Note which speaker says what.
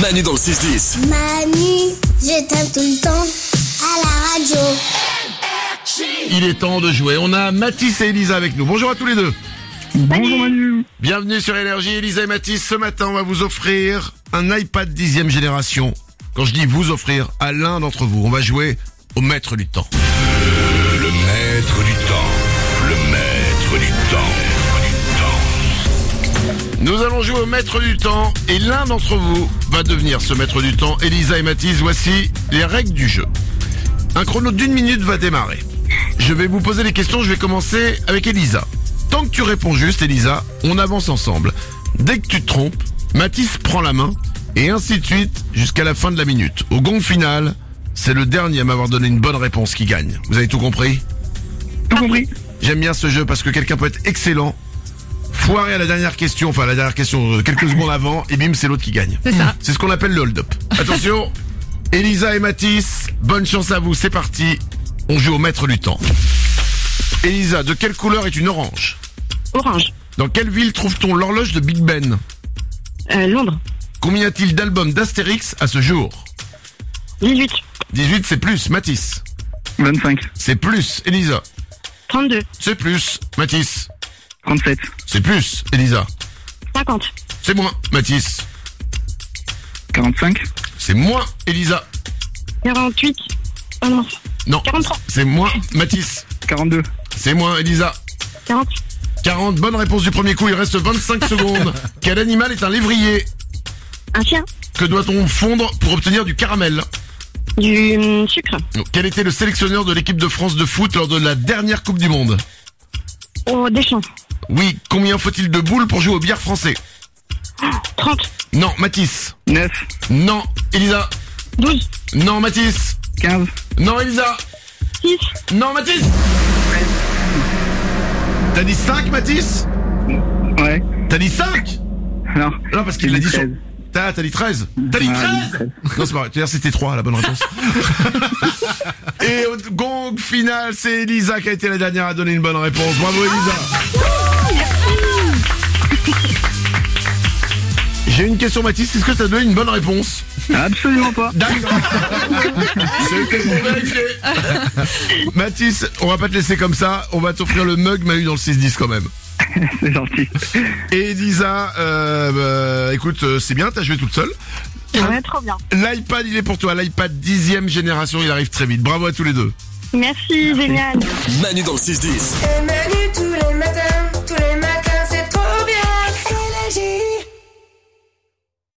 Speaker 1: Manu dans le 6-10.
Speaker 2: Manu, je t'aime tout le temps à la radio.
Speaker 3: Il est temps de jouer. On a Mathis et Elisa avec nous. Bonjour à tous les deux.
Speaker 4: Bonjour Manu.
Speaker 3: Bienvenue sur Énergie, Elisa et Mathis. Ce matin, on va vous offrir un iPad 10 génération. Quand je dis vous offrir, à l'un d'entre vous, on va jouer au maître du temps.
Speaker 5: Le maître du temps. Le maître du temps.
Speaker 3: Nous allons jouer au maître du temps et l'un d'entre vous va devenir ce maître du temps. Elisa et Mathis, voici les règles du jeu. Un chrono d'une minute va démarrer. Je vais vous poser des questions, je vais commencer avec Elisa. Tant que tu réponds juste, Elisa, on avance ensemble. Dès que tu te trompes, Mathis prend la main et ainsi de suite jusqu'à la fin de la minute. Au gong final, c'est le dernier à m'avoir donné une bonne réponse qui gagne. Vous avez tout compris
Speaker 4: Tout compris.
Speaker 3: J'aime bien ce jeu parce que quelqu'un peut être excellent, foiré à la dernière question, enfin à la dernière question euh, quelques secondes avant, et bim, c'est l'autre qui gagne.
Speaker 6: C'est ça.
Speaker 3: C'est ce qu'on appelle le hold-up. Attention, Elisa et Mathis, bonne chance à vous, c'est parti. On joue au maître du temps. Elisa, de quelle couleur est une orange
Speaker 4: Orange.
Speaker 3: Dans quelle ville trouve-t-on l'horloge de Big Ben
Speaker 4: Euh, Londres.
Speaker 3: Combien y a-t-il d'albums d'Astérix à ce jour
Speaker 4: 18.
Speaker 3: 18, c'est plus. Mathis,
Speaker 4: 25.
Speaker 3: c'est plus. Elisa,
Speaker 4: 32.
Speaker 3: c'est plus. Mathis,
Speaker 4: 37.
Speaker 3: c'est plus. Elisa,
Speaker 4: 50.
Speaker 3: c'est moins. Mathis,
Speaker 4: 45.
Speaker 3: c'est moins. Elisa,
Speaker 4: 48. Oh non.
Speaker 3: non,
Speaker 4: 43.
Speaker 3: c'est moins. Mathis,
Speaker 4: 42.
Speaker 3: c'est moins. Elisa,
Speaker 4: 40.
Speaker 3: 40, bonne réponse du premier coup, il reste 25 secondes. Quel animal est un lévrier
Speaker 4: Un chien.
Speaker 3: Que doit-on fondre pour obtenir du caramel
Speaker 4: Du hum, sucre.
Speaker 3: Quel était le sélectionneur de l'équipe de France de foot lors de la dernière Coupe du Monde
Speaker 4: Oh, des champs.
Speaker 3: Oui, combien faut-il de boules pour jouer au billard français
Speaker 4: 30.
Speaker 3: Non, Mathis.
Speaker 4: 9.
Speaker 3: Non, Elisa.
Speaker 4: 12.
Speaker 3: Non, Mathis.
Speaker 4: 15.
Speaker 3: Non, Elisa.
Speaker 4: 6.
Speaker 3: Non, Mathis. T'as dit 5, Mathis
Speaker 4: Ouais.
Speaker 3: T'as dit 5
Speaker 4: Non.
Speaker 3: Non, parce qu'il l'a
Speaker 4: J'ai
Speaker 3: dit
Speaker 4: dit
Speaker 3: sur...
Speaker 4: 13.
Speaker 3: T'as t'as dit 13 T'as dit
Speaker 4: Ah, j'ai
Speaker 3: 13 Non, c'est pas vrai. Tu veux dire, c'était 3, la bonne réponse. Et au gong final, c'est Elisa qui a été la dernière à donner une bonne réponse. Bravo, Elisa J'ai une question, Mathis. Est-ce que t'as donné une bonne réponse
Speaker 4: Absolument pas.
Speaker 3: D'accord. C'était pour vérifier. Mathis, on va pas te laisser comme ça. On va t'offrir le mug Manu dans le 6-10 quand même.
Speaker 4: C'est gentil.
Speaker 3: Et Elisa, euh, bah, écoute, euh, c'est bien, t'as joué toute seule.
Speaker 4: Ouais, trop bien.
Speaker 3: L'iPad, il est pour toi. L'iPad 10 génération, il arrive très vite. Bravo à tous les deux.
Speaker 4: Merci, génial.
Speaker 1: Manu dans le 6-10.
Speaker 2: Énergie.